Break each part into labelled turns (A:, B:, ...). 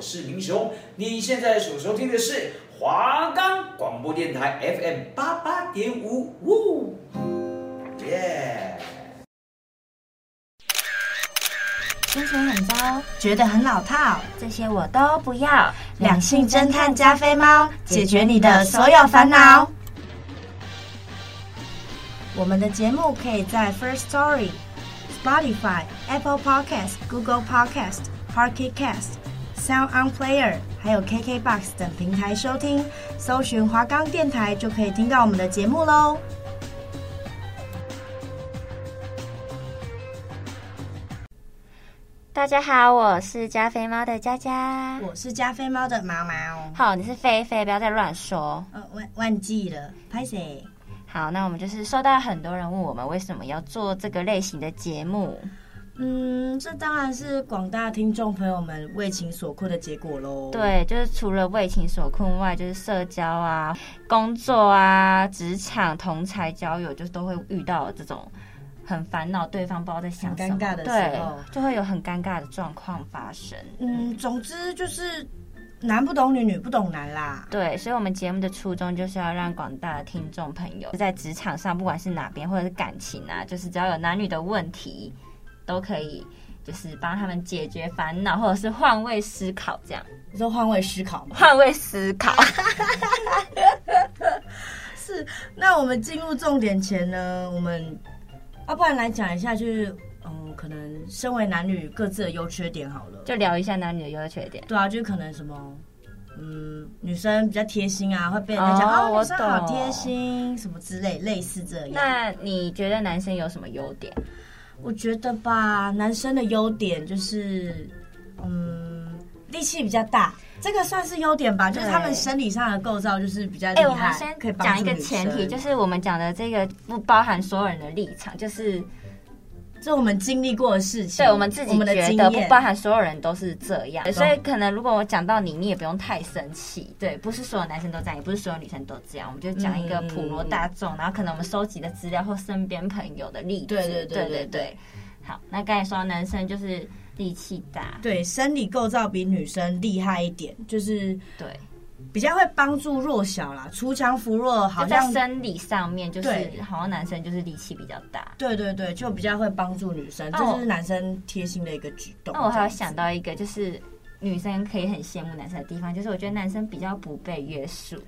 A: 是明雄。你现在所收听的是华冈广播电台 FM 八八点五，呜，耶！
B: 心情很糟，
C: 觉得很老套。
B: 这些我都不要。
C: 两性侦探加菲猫，解决你的所有烦恼。我们的节目可以在 First Story、Spotify、Apple Podcast、Google Podcast、Pocket Cast、Sound On Player，还有 KKBox 等平台收听，搜寻华冈电台就可以听到我们的节目喽。
B: 大家好，我是加菲猫的佳佳。
C: 我是加菲猫的毛毛，
B: 好，你是菲菲，不要再乱说。
C: 呃、忘忘记了，拍谁？
B: 好，那我们就是收到很多人问我们为什么要做这个类型的节目。
C: 嗯，这当然是广大听众朋友们为情所困的结果喽。，
B: 对，就是除了为情所困外，就是社交啊、工作啊、职场、同才交友，就是都会遇到这种很烦恼，对方不知道在想什么，
C: 很尴尬的时候
B: 对，就会有很尴尬的状况发生。
C: 嗯，总之就是男不懂女，女不懂男啦。
B: 对，所以，我们节目的初衷就是要让广大的听众朋友，在职场上，不管是哪边或者是感情啊，就是只要有男女的问题，都可以就是帮他们解决烦恼，或者是换位思考，这样
C: 你说换位思考嘛？
B: 换位思考。
C: 是。那我们进入重点前呢，我们要、不然来讲一下，就是嗯，可能身为男女各自的优缺点好了。
B: 就聊一下男女的优缺点。
C: 对啊，就是可能什么。嗯，女生比较贴心啊，会被人家讲
B: 哦
C: 哦，
B: 我
C: 女生好
B: 懂
C: 贴心什么之类，类似这样。
B: 那你觉得男生有什么优点？
C: 我觉得吧，男生的优点就是，嗯，力气比较大，这个算是优点吧，就是他们生理上的构造就是比较厉
B: 哎、
C: 害。
B: 我们先
C: 可以帮
B: 讲
C: 助
B: 一个
C: 女生
B: 前提，就是我们讲的这个不包含所有人的立场，就是
C: 这我们经历过的事情，
B: 对我们自己
C: 我们的
B: 觉
C: 经
B: 得不
C: 验
B: 包含所有人都是这样，所以可能如果我讲到你，你也不用太生气。对，不是所有男生都这样，也不是所有女生都这样，我们就讲一个普罗大众，然后可能我们收集的资料或身边朋友的例子。
C: 嗯对对对
B: 对
C: 对对
B: 好，那刚才说男生就是力气大，
C: 对生理构造比女生厉害一点，就是
B: 对，
C: 比较会帮助弱小啦，锄强扶弱，好
B: 就在
C: 像
B: 生理上面就是
C: 对
B: 好像男生就是力气比较大。
C: 对对对，就比较会帮助女生，
B: 那
C: 这
B: 我
C: 是男生贴心的一个举动。
B: 那哦我还有
C: 这样子
B: 想到一个，就是女生可以很羡慕男生的地方，就是我觉得男生比较不被约束。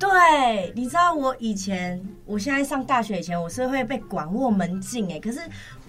C: 对，你知道我以前，我现在上大学以前，我是会被管握门禁哎、可是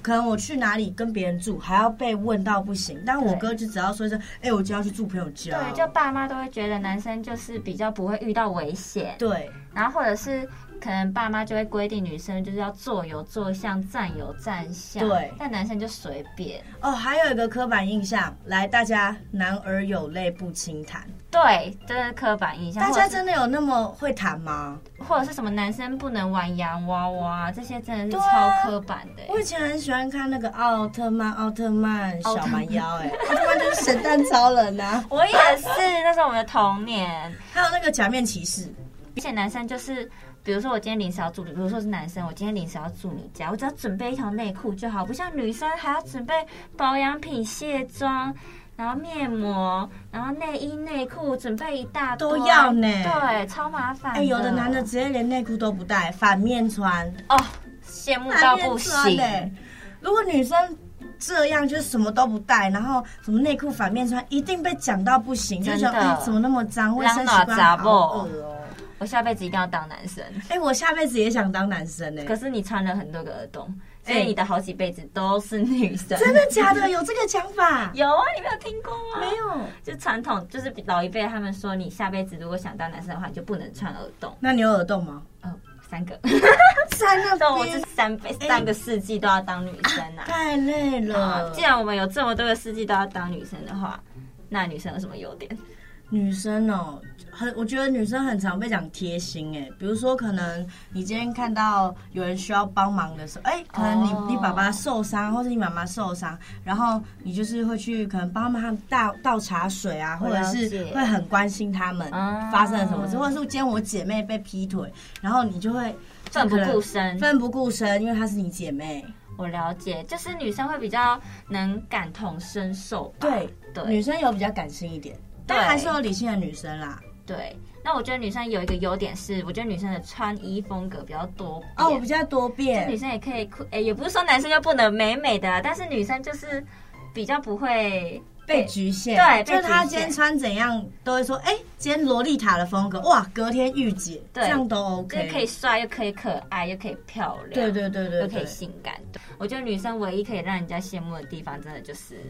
C: 可能我去哪里跟别人住，还要被问到不行。但我
B: 对
C: 哥就只要说一声，哎、我今天要去住朋友家
B: 对，
C: 哦。
B: 就爸妈都会觉得男生就是比较不会遇到危险，
C: 对
B: 然后或者是可能爸妈就会规定女生就是要坐有坐相，站有站相，
C: 对
B: 但男生就随便。
C: 哦，还有一个刻板印象，来大家，男儿有泪不轻弹，
B: 对，这是刻板印象。
C: 大
B: 或者
C: 家
B: 是
C: 真的有那么会弹吗？
B: 或者是什么男生不能玩洋娃娃，这些真的是
C: 对啊
B: 超刻板的欸、
C: 我以前很喜欢看那个奥特曼，奥特曼
B: 奥
C: 小
B: 特曼
C: 蛮腰哎、奥特曼就是神蛋超人呐、啊，
B: 我也是，那是我们的童年。
C: 还有那个假面骑士，
B: 而且男生就是，比如说我今天临时要住，比如说是男生，我今天临时要住你家，我只要准备一条内裤就好，不像女生还要准备保养品、卸妆，然后面膜，然后内衣、内裤，准备一大堆，
C: 都要呢
B: 对，超麻烦。
C: 哎、有的男的直接连内裤都不带，反面穿，
B: 哦，羡慕到不行。
C: 欸如果女生这样，就是什么都不带，然后什么内裤反面穿，一定被讲到不行，就
B: 真的
C: 觉得哎、怎么那么脏，卫生习
B: 浪哪杂
C: 惯
B: 不
C: 好恶哦。
B: 我下辈子一定要当男生，
C: 哎、我下辈子也想当男生哎、
B: 可是你穿了很多个耳洞，所
C: 哎
B: 以你的好几辈子都是女生。
C: 真的假的？有这个讲法？
B: 有啊， 你没有听过吗？
C: 没有？
B: 就传统，就是老一辈他们说，你下辈子如果想当男生的话，你就不能穿耳洞。
C: 那你有耳洞吗？
B: 哦，三个，
C: 在那
B: 那我这
C: 边
B: 三辈三个世纪都要当女生 啊。
C: 太累
B: 啊
C: 了。
B: 既然我们有这么多个世纪都要当女生的话，那女生有什么优点？
C: 女生哦，很我觉得女生很常被讲贴心哎，比如说可能你今天看到有人需要帮忙的时候，哎，可能你、
B: 哦
C: 你爸爸受伤或者你妈妈受伤，然后你就是会去可能帮他们倒倒茶水啊，
B: 我
C: 或
B: 了
C: 者
B: 解
C: 是会很关心他们
B: 啊
C: 发生了什么事，或者是今天我姐妹被劈腿，然后你就会
B: 奋不顾身。
C: 奋不顾身，因为她是你姐妹，
B: 我了解，就是女生会比较能感同身受吧。
C: 对
B: 对，
C: 女生有比较感性一点，但还是有理性的女生啦。
B: 对，那我觉得女生有一个优点是，我觉得女生的穿衣风格比较多变
C: 哦，我比较多
B: 就女
C: 变，
B: 生也可以酷，哎、也不是说男生就不能美美的、啊，但是女生就是比较不会
C: 被局限。
B: 对
C: 就是
B: 被局限
C: 她今天穿怎样，都会说，哎、今天洛丽塔的风格，哇，隔天御姐，
B: 对
C: 这样都
B: 就是
C: OK。
B: 可以帅，又可以可爱，又可以漂亮，
C: 对对对对
B: 又可以
C: 对，
B: 性感。对我觉得女生唯一可以让人家羡慕的地方，真的就是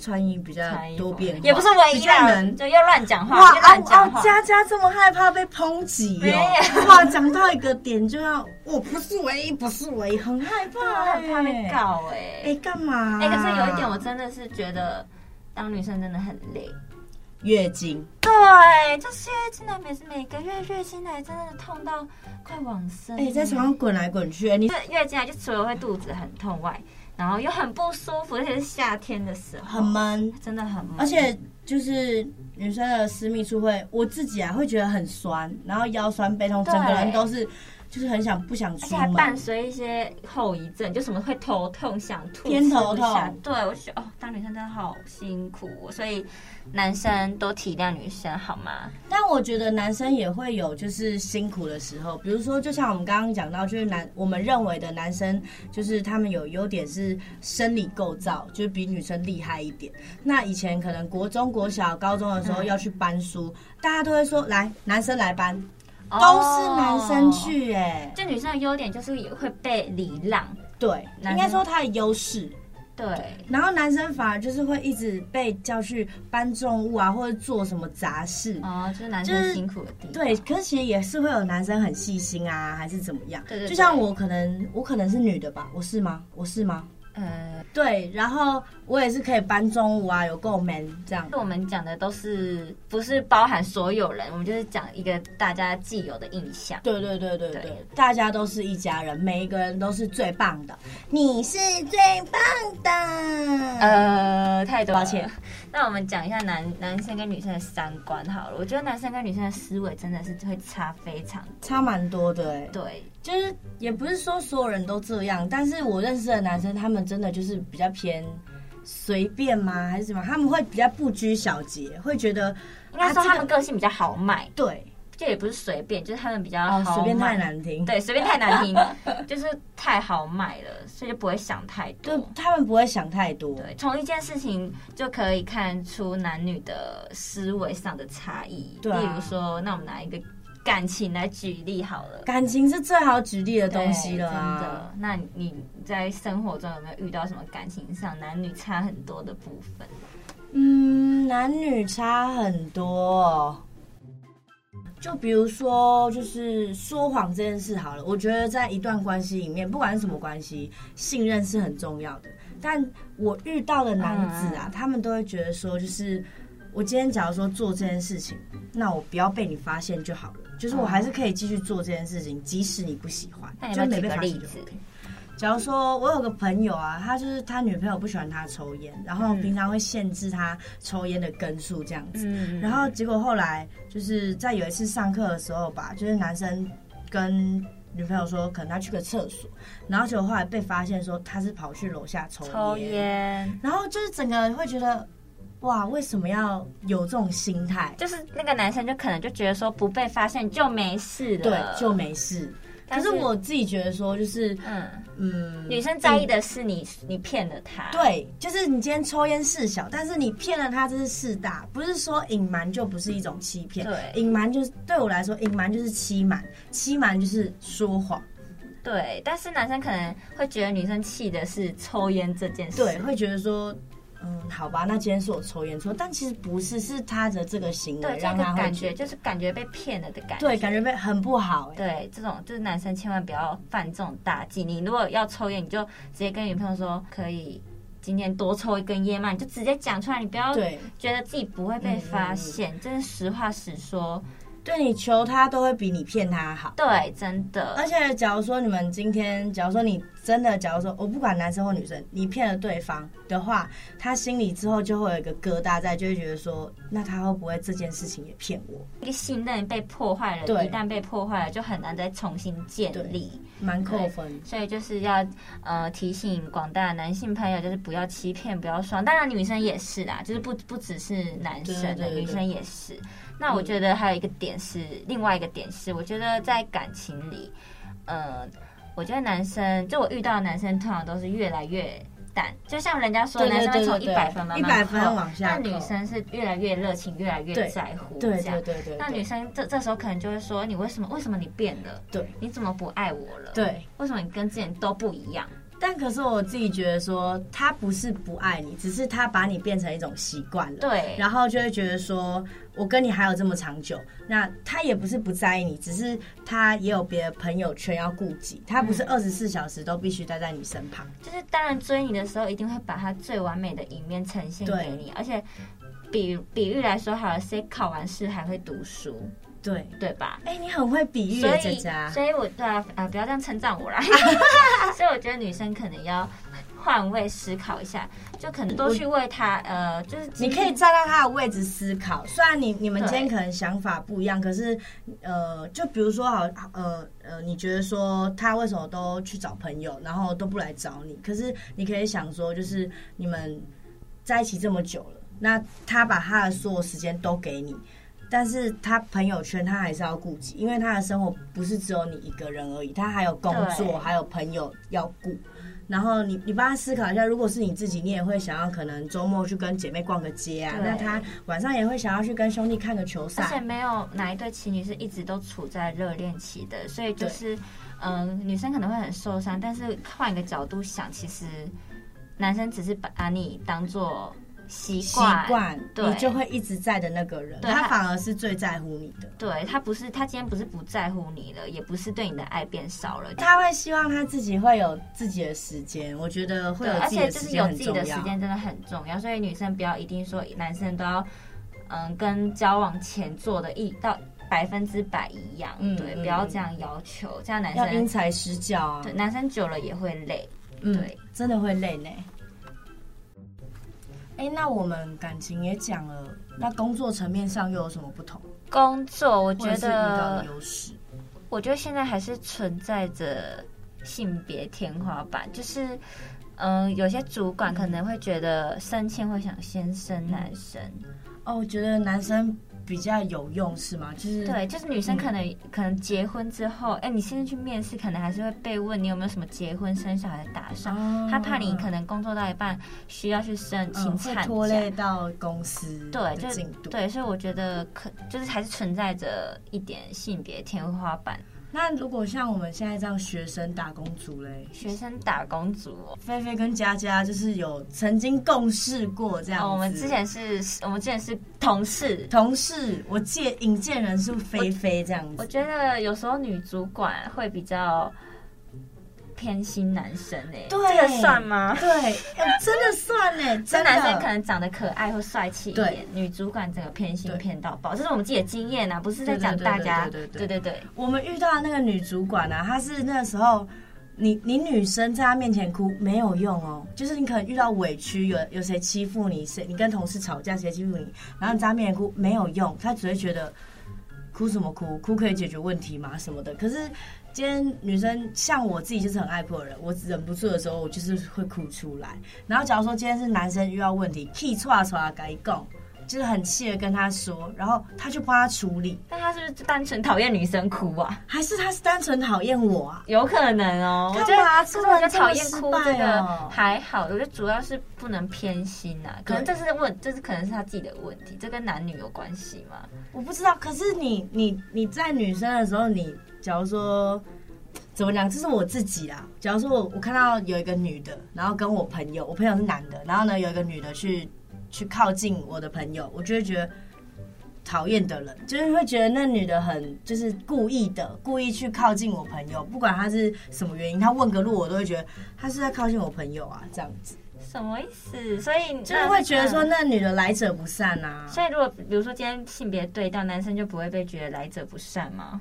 C: 穿衣比较
B: 穿衣
C: 啊多
B: 风格
C: 变化，
B: 也不是唯
C: 比
B: 一
C: 较
B: 啦，
C: 能
B: 就又乱讲话，
C: 哇
B: 又
C: 啊
B: 乱讲
C: 啊！
B: 话。
C: 佳佳这么害怕被抨击
B: 没
C: 哦
B: 有！
C: 哇，讲到一个点就要，我不是唯一，不是唯一，很害怕、
B: 真的啊很怕被。告哎、
C: 哎、干嘛、
B: 哎、可是有一点，我真的是觉得当女生真的很累。
C: 月经，
B: 对，就是月经来，每次每个月月经来，真的痛到快往生。
C: 哎、在床上滚来滚去，哎你
B: 就是月经来，就除了会肚子很痛外，然后又很不舒服，而且是夏天的时候，
C: 很闷，
B: 真的很闷。
C: 而且就是女生的私密处会，我自己啊会觉得很酸，然后腰酸背痛，
B: 对
C: 整个人都是，就是很想不想
B: 而
C: 出
B: 且还伴
C: 门。
B: 随一些后遗症，就什么会头痛、想吐、
C: 偏
B: 吃
C: 头痛
B: 不下对，我就觉得哦，当女生真的好辛苦哦，所以男生都体谅女生好吗？
C: 但我觉得男生也会有就是辛苦的时候，比如说就像我们刚刚讲到，就是男我们认为的男生，就是他们有优点是生理构造，就是比女生厉害一点。那以前可能国中、国小、高中的时候
B: 嗯
C: 要去搬书，大家都会说来男生来搬，都是男生
B: 哦。
C: 去哎、
B: 就女生的优点就是也会被礼让，
C: 对，
B: 男生
C: 应该说他的优势。
B: 对，
C: 然后男生反而就是会一直被叫去搬重物啊，或者做什么杂事。
B: 哦，就是男
C: 就是
B: 生辛苦的地方。
C: 对，可是其实也是会有男生很细心啊，还是怎么样？
B: 对对对
C: 就像我可能我可能是女的吧，我是吗？我是吗？
B: 呃，
C: 对，然后我也是可以搬重物啊，有够 man 这样。
B: 我们讲的都是不是包含所有人，我们就是讲一个大家既有的印象。
C: 对对对对对，
B: 对
C: 大家都是一家人，每一个人都是最棒的，你是最棒的。呃，
B: 呃，太多了
C: 抱歉。
B: 那我们讲一下男男生跟女生的三观好了。我觉得男生跟女生的思维真的是会差非常
C: 差蛮多的哎、
B: 对，
C: 就是也不是说所有人都这样，但是我认识的男生，他们真的就是比较偏随便吗，还是什么？他们会比较不拘小节，会觉得
B: 应该说他
C: 这
B: 们
C: 个
B: 个性比较豪迈，
C: 对
B: 这也不是随便，就是他们比较豪
C: 啊，
B: 迈。
C: 随便太难听。
B: 对，随便太难听，就是太豪迈了，所以就不会想太多。
C: 就他们不会想太多。
B: 对，从一件事情就可以看出男女的思维上的差异。
C: 对啊
B: 例如说，那我们拿一个感情来举例好了。
C: 感情是最好举例的东西了
B: 对真
C: 啊
B: 的。。那你在生活中有没有遇到什么感情上男女差很多的部分？
C: 嗯，男女差很多哦。就比如说，就是说谎这件事好了，我觉得在一段关系里面，不管是什么关系，信任是很重要的。但我遇到的男子
B: 嗯
C: 啊，他们都会觉得说，就是我今天假如说做这件事情，那我不要被你发现就好了，就是我还是可以继续做这件事情，即使你不喜欢
B: 那，有
C: 就
B: 没
C: 没
B: 有举
C: 被
B: 个
C: 发
B: 例
C: 现就
B: 子
C: OK。假如说我有个朋友啊，他就是他女朋友不喜欢他抽烟，然后
B: 嗯
C: 平常会限制他抽烟的根数这样子。
B: 嗯
C: 然后结果后来就是在有一次上课的时候吧，就是男生跟女朋友说，可能他去个厕所，然后结果后来被发现说他是跑去楼下抽烟，
B: 抽烟，
C: 然后就是整个会觉得，哇，为什么要有这种心态？
B: 就是那个男生就可能就觉得说不被发现就没事了，嗯
C: 对，就。没事。可
B: 但
C: 是
B: 是
C: 我自己觉得说，就是
B: 嗯，
C: 嗯，
B: 女生在意的是你，你骗了他。
C: 对，就是你今天抽烟事小，但是你骗了他，这是事大。不是说隐瞒就不是一种欺骗，
B: 对
C: 隐瞒就是对我来说，隐瞒就是欺瞒，欺瞒就是说谎，
B: 对，但是男生可能会觉得女生气的是抽烟这件事。
C: 对，会觉得说。嗯，好吧，那今天是我抽烟错，但其实不是，是他的这个行为
B: 对，这
C: 让
B: 个
C: 他会
B: 感觉就是感觉被骗了的感觉。
C: 对，感觉被很不好、欸。
B: 对，这种就是男生千万不要犯这种大忌。你如果要抽烟，你就直接跟女朋友说可以今天多抽一根烟嘛，你就直接讲出来，你不要
C: 对嗯
B: 觉得自己不会被发现，真是实话实说。
C: 对你求他都会比你骗他好。
B: 对，真的
C: 而，且，假如说你们今天，假如说你真的，假如说我不管男生或女生，你骗了对方的话，他心里之后就会有一个疙瘩在，就会觉得说，那他会不会这件事情也骗我？
B: 一个信任被破坏了，
C: 对
B: 一旦被破坏了，就很难再重新建
C: 对
B: 立。
C: 蛮扣分。
B: 所以就是要呃提醒广大的男性朋友，就是不要欺骗，不要双。当然，女生也是啦，就是不不只是男生的，
C: 对对对对
B: 女生也是。那我觉得还有一个点是，另外一个点是，我觉得在感情里，呃，我觉得男生就我遇到的男生通常都是越来越淡，就像人家说，
C: 对对
B: 男生会从
C: 对
B: 一
C: 对
B: 百分慢慢
C: 100分
B: 扣
C: 往下
B: 那女
C: 扣
B: 生是越来越热情，越来越
C: 对
B: 在乎，
C: 对
B: 这样
C: 对对对，
B: 那女生这这时候可能就会说，你为什么为什么你变了？
C: 对
B: 你怎么不爱我了？
C: 对。
B: 为什么你跟之前都不一样？
C: 但可是我自己觉得说，他不是不爱你，只是他把你变成一种习惯了。
B: 对，
C: 然后就会觉得说，我跟你还有这么长久，那他也不是不在意你，只是他也有别的朋友圈要顾及，他不是
B: 嗯
C: 二十四小时都必须待在你身旁。
B: 就是当然追你的时候，一定会把他最完美的一面呈现给你，而且。比比喻来说好了，谁考完试还会读书，
C: 对，
B: 对吧？
C: 哎、你很会比喻
B: 所
C: 耶，
B: 以
C: 佳，佳。
B: 所以我对啊啊，不要这样称赞我 啦。所以我觉得女生可能要换位思考一下，就可能多去为他呃，就是
C: 你可以站在他的位置思考，虽然你你们今天可能想法不一样，可是，呃，就比如说好，呃呃，你觉得说他为什么都去找朋友，然后都不来找你？可是你可以想说，就是你们在一起这么久了，那他把他的所有时间都给你，但是他朋友圈他还是要顾及，因为他的生活不是只有你一个人而已，他还有工
B: 对
C: 作，还有朋友要顾。然后你你帮他思考一下，如果是你自己，你也会想要可能周末去跟姐妹逛个街啊，
B: 对
C: 那他晚上也会想要去跟兄弟看个球
B: 而且
C: 赛。
B: 没有哪一对情侣是一直都处在热恋期的，所以就是，嗯、女生可能会很受伤，但是换一个角度想，其实男生只是把你当做习
C: 习
B: 惯，
C: 惯，
B: 对
C: 你就会一直在的那个人，
B: 对
C: 他
B: 他
C: 反而是最在乎你的。
B: 对他不是他今天不是不在乎你了，也不是对你的爱变少了，
C: 他会希望他自己会有自己的时间，我觉得会
B: 对，
C: 有
B: 而
C: 自己
B: 且
C: 的
B: 就
C: 时
B: 是
C: 间
B: 有
C: 很
B: 自己
C: 重
B: 的
C: 要。
B: 时间真的很重要，所以女生不要一定说男生都要，嗯，跟交往前做的一到百分之百一样，
C: 嗯
B: 对，
C: 嗯
B: 不要这样要求，这样男
C: 要因
B: 生
C: 材施教啊
B: 对，男生久了也会累。
C: 嗯
B: 对，
C: 真的会累呢。哎、那我们感情也讲了，那工作层面上又有什么不同？
B: 工作，我
C: 或
B: 觉
C: 者是遇到的
B: 得，
C: 优势？
B: 我觉得现在还是存在着性别天花板，就是，嗯、有些主管可能会觉得升迁会想先
C: 嗯
B: 升男生，
C: 哦，我觉得男生比较有用是吗？就是
B: 对，就是女
C: 嗯
B: 生可能、可能结婚之后，哎、你现在去面试，可能还是会被问你有没有什么结婚生小孩的打算。
C: 哦
B: 他怕你可能工作到一半需要去申请
C: 嗯
B: 产
C: 会
B: 假，
C: 拖累到公司
B: 对，
C: 的
B: 就
C: 进度。
B: 对，所以我觉得可就是还是存在着一点性别天花板。
C: 那如果像我们现在这样学生打工族嘞，
B: 学生打工族、哦，
C: 菲菲跟佳佳就是有曾经共事过这样子。
B: 哦，我们之前是，我们之前是同事。
C: 同事，我借引荐人是菲菲这样
B: 我
C: 子。
B: 觉得有时候女主管会比较偏心男生诶、
C: 对
B: 这个算吗？
C: 对，哎真的算呢，
B: 这
C: 真的
B: 男生可能长得可爱或帅气一点
C: 对，
B: 女主管整个偏心
C: 对
B: 偏到爆，这是我们自己的经验啊，不是在
C: 对对
B: 讲
C: 对
B: 大
C: 对
B: 家。
C: 对
B: 对
C: 对
B: 对
C: 对
B: 对，
C: 我们遇到的那个女主管啊，她是那时候，你你女生在她面前哭没有用哦，就是你可能遇到委屈，有有谁欺负你，谁你跟同事吵架，谁欺负你，然后你在她面前哭没有用，她只会觉得哭什么哭，哭可以解决问题吗什么的。可是今天女生像我自己就是很爱哭的人，我忍不住的时候，我就是会哭出来。然后假如说今天是男生遇到问题，气唰唰该讲，就是很气的跟他说，然后他就帮他处理。
B: 但他是不是单纯讨厌女生哭啊？
C: 还是他是单纯讨厌我啊？
B: 有可能哦，我
C: 干
B: 觉得
C: 嘛
B: 可是我觉得
C: 这么
B: 讨厌哭
C: 这么
B: 这
C: 失败
B: 个
C: 哦
B: 还好，我觉得主要是不能偏心啊，可能这
C: 对
B: 是问，这是可能是他自己的问题，这跟男女有关系吗？
C: 我不知道。可是你你你在女生的时候，你假如说怎么讲，这是我自己啊。假如说我我看到有一个女的，然后跟我朋友，我朋友是男的，然后呢有一个女的去去靠近我的朋友，我就会觉得。讨厌的人，就是会觉得那女的很就是故意的，故意去靠近我朋友，不管她是什么原因，她问个路我都会觉得她是在靠近我朋友啊，这样子。
B: 什么意思？所以
C: 就是
B: 那
C: 会觉得说
B: 那嗯
C: 那女的来者不善啊。
B: 所以如果比如说今天性别对到，男生就不会被觉得来者不善吗？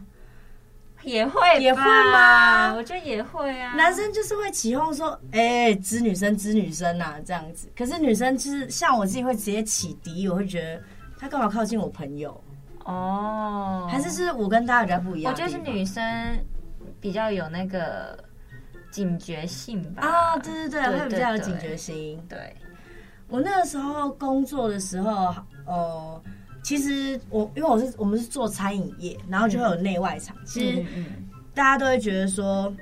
B: 也会吧
C: 也会吗
B: 我觉得也会啊。
C: 男生就是会起哄说，哎、知女生知女生啊，这样子。可是女生就是像我自己会直接起敌意，我会觉得他干嘛靠近我朋友？
B: 哦，
C: 还是是我跟大家比较不一
B: 我
C: 样的
B: 觉
C: 地
B: 得
C: 方？
B: 是女生比较有那个警觉性吧。
C: 啊，对对对，
B: 对
C: 会比
B: 对
C: 较有
B: 对
C: 警觉心。
B: 对，
C: 我那个时候工作的时候，呃，其实我因为我是我们是做餐饮业，然后就会有内外场，其实
B: 嗯嗯
C: 大家都会觉得说。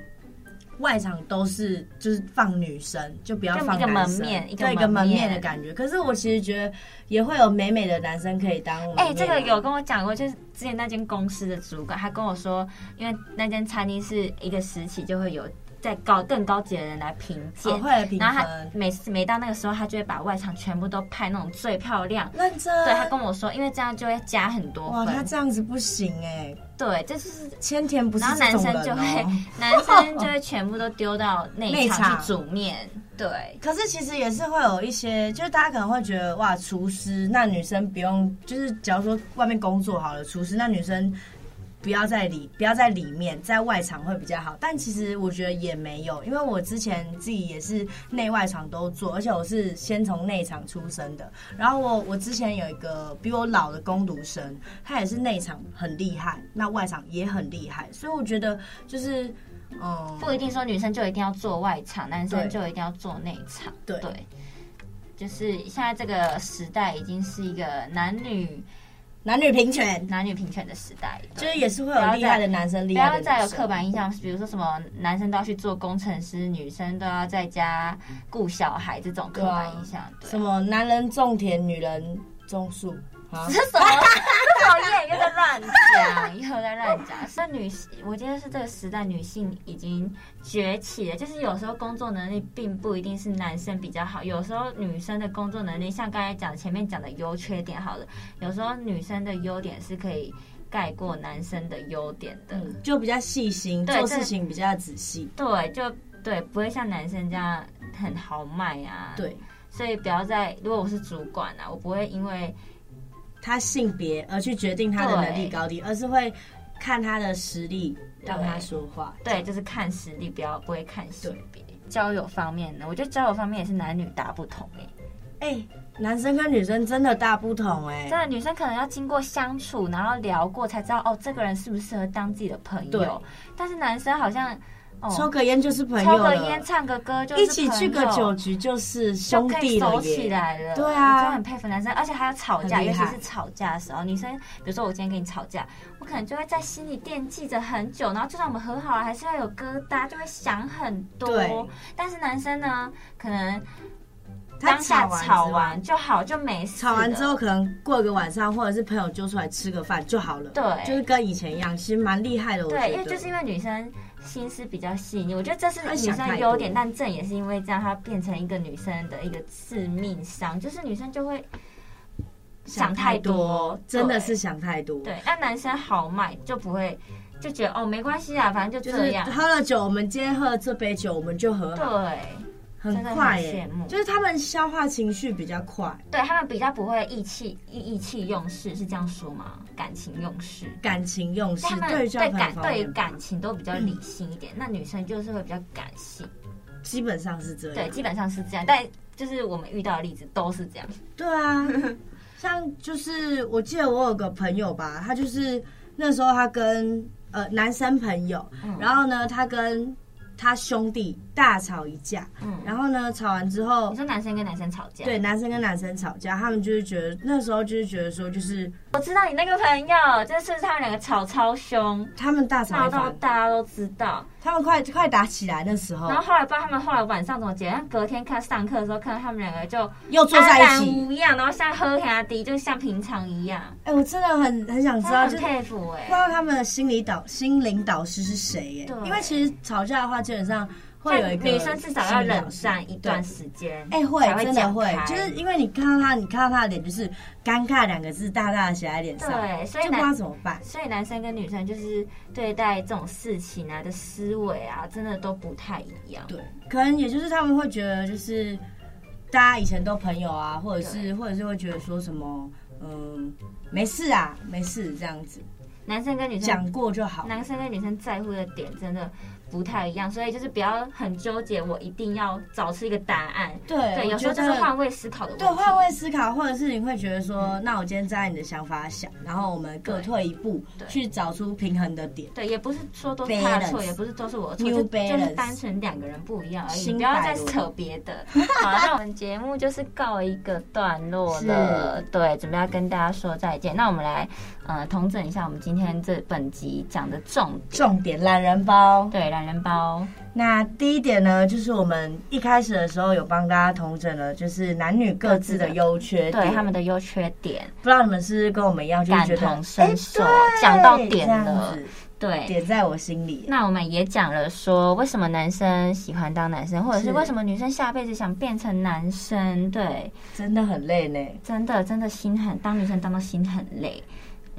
C: 外场都是就是放女生，就不要放
B: 就一个
C: 男生，
B: 门面一个
C: 对一个门
B: 门面
C: 面的感觉。可是我其实觉得也会有美美的男生可以当门面啊。
B: 哎、这个有跟我讲过，就是之前那间公司的主管，他跟我说，因为那间餐厅是一个时期就会有在高更高级的人来评鉴。
C: 哦会来评
B: 然后他
C: 分，
B: 每次每到那个时候，他就会把外场全部都派那种最漂亮。
C: 认真。
B: 对他跟我说，因为这样就会加很多
C: 啊哇，他
B: 分。
C: 这样子不行哎、
B: 对，这就是
C: 千田不是
B: 然后
C: 这
B: 男
C: 种
B: 生
C: 人
B: 就
C: 哦、
B: 会，男生就会全部都丢到
C: 内
B: 内
C: 场
B: 场去煮 面。对，
C: 可是其实也是会有一些，就是大家可能会觉得哇，厨师那女生不用，就是假如说外面工作好了，厨师那女生不要在里不要在里面，在外场会比较好。但其实我觉得也没有，因为我之前自己也是内外场都做，而且我是先从内场出身的。然后我我之前有一个比我老的工读生，他也是内场很厉害，那外场也很厉害，所以我觉得就是嗯，
B: 不一定说女生就一定要做外场，男
C: 对
B: 生就一定要做内场。
C: 对
B: 就是现在这个时代已经是一个男女
C: 男女平权。
B: 男女平权的时代，
C: 就是也是会有厉害的男生，
B: 不
C: 厉害的
B: 要
C: 女
B: 再有
C: 生
B: 刻板印象，比如说什么男生都要去做工程师，女生都要在家顾小孩这种刻板印象。对啊，
C: 什么男人种田，女人种树啊
B: 这，是什么？这讨厌，又在乱讲，又在乱讲。是女性，我觉得是这个时代女性已经崛起了。就是有时候工作能力并不一定是男生比较好，有时候女生的工作能力，像刚才讲前面讲的优缺点好了，有时候女生的优点是可以盖过男生的优点的。
C: 嗯，就比较细心，
B: 对
C: 做
B: 这
C: 事情比较仔细。
B: 对，就对，不会像男生这样很豪迈啊。，
C: 对
B: 所以不要再，如果我是主管啊，我不会因为
C: 他性别而去决定他的能力
B: 对
C: 高低，而是会看他的实力让他说话。
B: 对，就是看实力，不要不会看性
C: 对
B: 别。交友方面呢，我觉得交友方面也是男女大不同哎、
C: 哎、男生跟女生真的大不同哎、
B: 真的，女生可能要经过相处，然后聊过才知道哦，这个人适不适合当自己的朋
C: 对
B: 友。但是男生好像哦，
C: 抽个烟就是朋友
B: 抽
C: 了，
B: 个烟、唱个歌就是
C: 一起去个
B: 朋友
C: 酒局就是
B: 就
C: 兄
B: 可以
C: 弟
B: 熟
C: 了
B: 起
C: 耶。
B: 来了。
C: 对啊
B: 我真的很佩服男生，而且还要吵架，
C: 很厉
B: 尤其
C: 害
B: 是吵架的时候，女生，比如说我今天跟你吵架，我可能就会在心里惦记着很久，然后就算我们和好了，还是会有疙瘩，就会想很
C: 对
B: 多。但是男生呢，可能
C: 他
B: 当下
C: 完
B: 吵
C: 之后
B: 完就好，就没事。
C: 吵完之后，，可能过个晚上，或者是朋友揪出来吃个饭就好了。
B: 对
C: 就是跟以前一样，其实蛮厉害的。我觉得
B: 哎对，因为就是因为女生心思比较细腻，我觉得这是女
C: 她想太
B: 生
C: 多
B: 优点，但正也是因为这样，她变成一个女生的一个致命伤，就是女生就会想太多，
C: 真的
B: 对
C: 是想太多。，
B: 对，那男生豪迈就不会就觉得哦没关系啊，反正就
C: 就
B: 这
C: 是
B: 样。
C: 喝了酒，我们今天喝了这杯酒，我们就和好，
B: 对，
C: 很
B: 真的很
C: 快耶
B: 羡慕。
C: 就是他们消化情绪比较快，
B: 对他们比较不会意气意意气用事，是这样说吗？感情用事，
C: 感情用事
B: 他，们
C: 对于交
B: 对
C: 朋友
B: 感
C: 方
B: 对于
C: 面
B: 感情都比较理性一点，那女生就是会比较感性，
C: 基本上是这
B: 对，
C: 样。
B: 基本上是这样。但就是我们遇到的例子都是这样，
C: 对 啊，像就是我记得我有个朋友吧，他就是那时候他跟呃男生朋友，
B: 嗯
C: 然后呢他跟他兄弟大吵一架，
B: 嗯，
C: 然后呢吵完之后
B: 你，说男生跟男生吵架，
C: 对，男生跟男生吵架，他们就是觉得那时候就是觉得说，就是
B: 我知道你那个朋友，就是不是他们两个吵超凶，
C: 他们大吵
B: 闹
C: 一
B: 到
C: 番，
B: 大家都知道。
C: 他们快快打起来那时候
B: 然，后后来不知道他们后来晚上怎么解决，但隔天看上课的时候看到他们两个就
C: 又坐在一
B: 安然
C: 起。
B: 无恙，然后像喝黑迪，就像平常一样，
C: 哎、我真的很很想知
B: 真
C: 道，
B: 的
C: 就是
B: 很
C: 不
B: 佩服哎、
C: 知道他们的心理导心灵导师是谁耶
B: 对？
C: 因为其实吵架的话，基本上会有一
B: 像
C: 个
B: 女生至少要
C: 心理
B: 冷
C: 导师
B: 战一段
C: 对
B: 时间，
C: 哎、会
B: 才会
C: 真的
B: 讲
C: 会
B: 开，
C: 就是因为你看到他，你看到他的脸就是尴尬两个字大大的写在脸上，
B: 对，所以
C: 就不知道
B: 男
C: 怎么办。
B: 所以男生跟女生就是对待这种事情啊的思维啊，真的都不太一样。
C: 对，可能也就是他们会觉得就是大家以前都朋友啊，或者是或者是会觉得说什么，嗯，没事啊，没事这样子，
B: 男生跟女生
C: 讲过就好。
B: 男生跟女生在乎的点真的不太一样，所以就是不要很纠结，我一定要找出一个答案。
C: 对，
B: 对，有
C: 我
B: 时候
C: 觉
B: 就是
C: 得
B: 换位嗯思考的问题。
C: 对换位思考，或者是你会觉得说，那我今天站在你的想法想，然后我们各
B: 对
C: 退一步，
B: 对
C: 去找出平衡的点。
B: 对，也不是说都是他的错，
C: Balance
B: 也不是都是我的错，
C: New
B: 就就
C: balance
B: 是单纯两个人不一样而已，
C: 新
B: 不要
C: 百
B: 再
C: 伦
B: 扯别的。好，那我们节目就是告一个段落了，对，准备要跟大家说再见。那我们来呃统整一下我们今天这本集讲的重点，
C: 重点懒人包。
B: 对，懒人包，
C: 那第一点呢，就是我们一开始的时候有帮大家统整了，就是男女各自的优缺点。
B: 对他们的优缺点，
C: 不知道你们是不是跟我们一样，就是觉得
B: 感同身受
C: 哎对
B: 讲到点
C: 这样
B: 了
C: 子
B: 对，
C: 点在我心里。
B: 那我们也讲了说，为什么男生喜欢当男生，或者
C: 是
B: 是为什么女生下辈子想变成男生？对，
C: 真的很累呢。
B: 真的真的心很，当女生当到心很累。嗯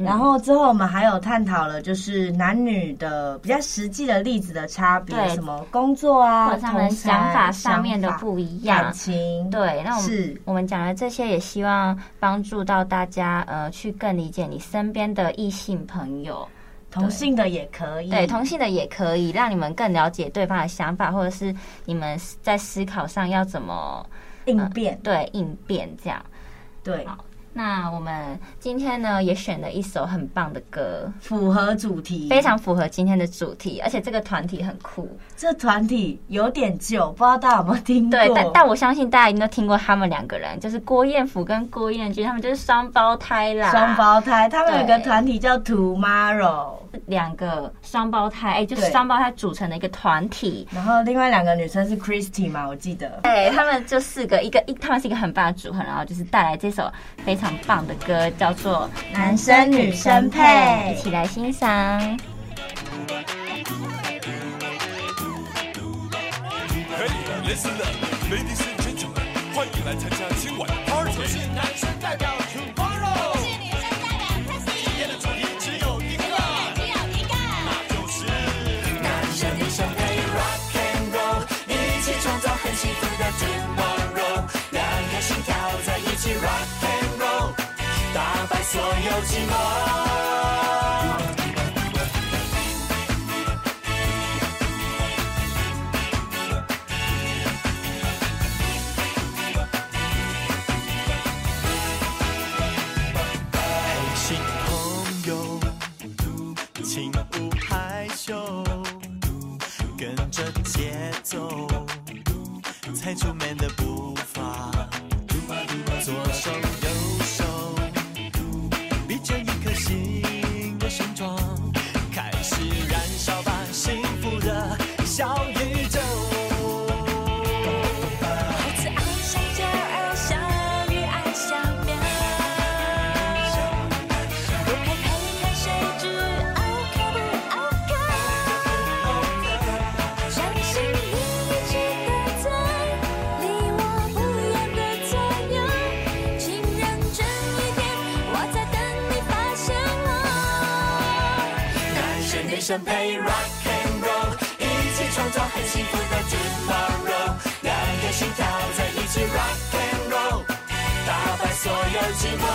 C: 然后之后我们还有探讨了，就是男女的比较实际的例子的差别，
B: 对
C: 什么工作啊，
B: 或者他们
C: 同才
B: 想法上面的不一样
C: 感情，
B: 对，那我们
C: 是
B: 我们讲了这些，也希望帮助到大家，呃，去更理解你身边的异性朋友，
C: 同性的也可以，
B: 对同性的也可以，让你们更了解对方的想法，或者是你们在思考上要怎么
C: 应变，
B: 对应变这样。
C: 对，
B: 好那我们今天呢，也选了一首很棒的歌，
C: 符合主题。
B: 非常符合今天的主题，而且这个团体很酷。
C: 这团体有点旧，不知道大家有没有听过？
B: 对，但但我相信大家一定都听过他们两个人，就是郭彦甫跟郭彦均，他们就是双胞胎啦，
C: 双胞胎，他们有个
B: 啊对
C: 团体叫 Tomorrow，
B: 两个双胞胎，哎、就是
C: 对
B: 双胞胎组成的一个团体。
C: 然后另外两个女生是 Christy 嘛，我记得。
B: 哎，他们就四个，一个一，他们是一个很棒的组合，然后就是带来这首非常棒的歌，叫做《
C: 男生女生配
B: 一起来欣赏。
D: Hey, listen up, ladies and gentlemen，欢迎来参加今晚 party。我是男生代表 Tomorrow，
E: 是女生代表 Christy，
D: 今天的主题只有一个，
E: 只有一个。
D: 就是男生女生配 rock and roll，一起创造很幸福的 Tomorrow，两颗心跳在一起 rock and roll，打败所有寂寞。嘿，新朋友，请不害羞，跟着节奏，踩出 man 的步伐，左手右手，闭着一颗心的形状，开始燃烧吧，幸福的小宇宙。
E: 猴子爱上鸟儿，小鱼爱上喵。我看看看谁知奥克不奥克？相信你一直的在，你我不言的左右。请认真一点，我在等你发现我。
D: 男生女生配 rock and roll，一起创造很幸福的 tomorrow，两个心跳在一起 rock and roll，打败所有寂寞。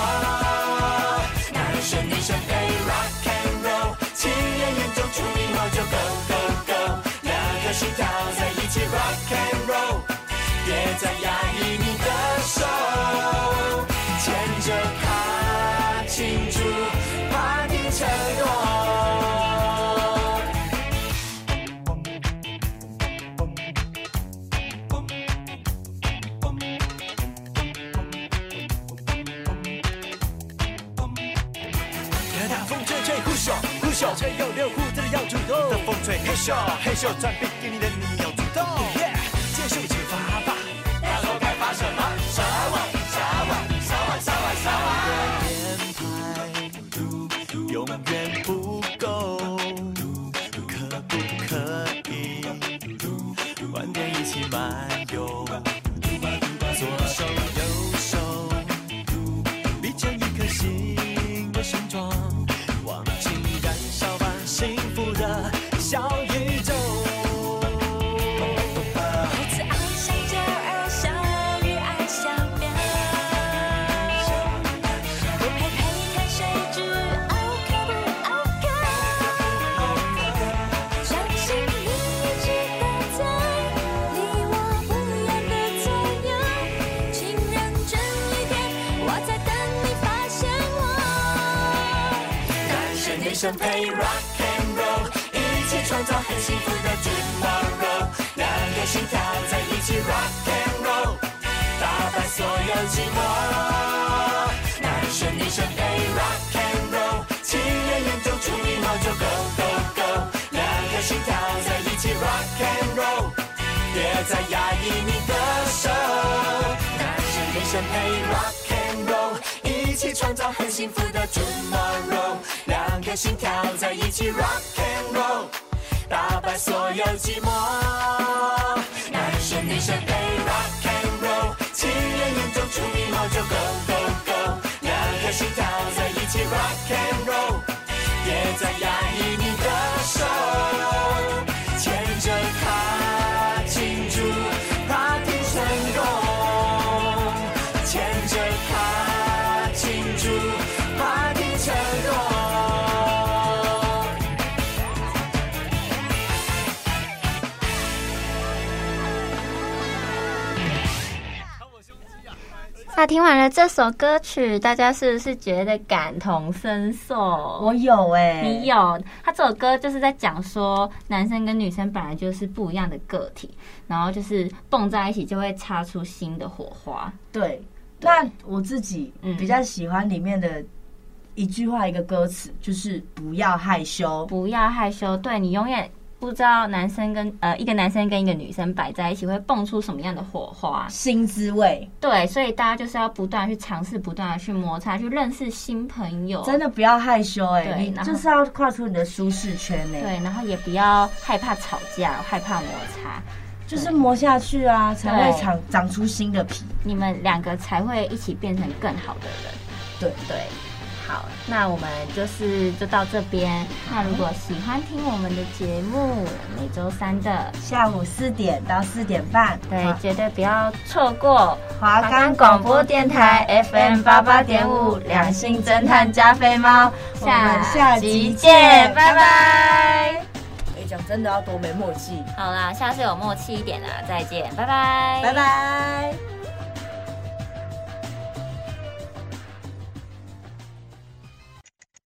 D: 男生女生配 rock and roll，情人眼中出迷惑就 go go go，两个心跳在一起 rock and roll，别再压抑你的手，牵着它庆祝 party 成功。看大风吹吹呼咻呼咻，吹有留胡子的要主动。大风吹嘿咻嘿咻，穿比基尼的你要主动。耶，接受惩罚吧。他说该发什么？沙瓦沙瓦沙瓦沙瓦沙瓦。编排永远不够，可不可以晚点一起漫游？左手右手。闭成一颗心的形状，忘记燃烧吧，幸福的小宇宙。生陪 rock and roll，一起创造很幸福的 tomorrow，两个心跳在一起 rock and roll，打败所有寂寞。男生女生哎 rock and roll，情人眼中出迷毛就 go go go，两个心跳在一起 rock and roll，别再压抑你的手，男生女生陪 rock and roll，一起创造很幸福的 tomorrow，两颗心跳在一起 rock and roll，打败所有寂寞。男生女生哎 rock and roll，情人眼中出迷毛就 go go go，两颗心跳在一起 rock and roll，别再压抑你的手，牵着它庆祝 party 成功。牵着它庆祝 party 成功。
B: 那听完了这首歌曲，大家是不是觉得感同身受？
C: 我有哎、
B: 你有，他这首歌就是在讲说，男生跟女生本来就是不一样的个体，然后就是蹦在一起就会擦出新的火花。
C: 对，那我自己
B: 嗯
C: 比较喜欢里面的一句话一个歌词，就是不要害羞。
B: 不要害羞，对你永远不知道男生跟呃一个男生跟一个女生摆在一起会蹦出什么样的火花。
C: 新滋味，
B: 对，所以大家就是要不断地去尝试，不断的去摩擦，去认识新朋友。
C: 真的不要害羞哎、
B: 哦对
C: 你
B: 然后
C: 就是要跨出你的舒适圈哎、
B: 对，然后也不要害怕吵架，害怕摩擦，
C: 就是磨下去啊，才会
B: 对
C: 长长出新的皮。
B: 你们两个才会一起变成更好的人。
C: 对
B: 对，好，那我们就是就到这边。那如果喜欢听我们的节目，每周三的，
C: 下午四点到四点半，
B: 对，
C: 好
B: 绝对不要错过。
C: 华冈广播电台 FM 八八点五，两性侦探加菲猫，我们下集见，拜拜。哎，讲真的要多没默契，
B: 好啦，下次有默契一点啦，再见，拜拜，
C: 拜。拜。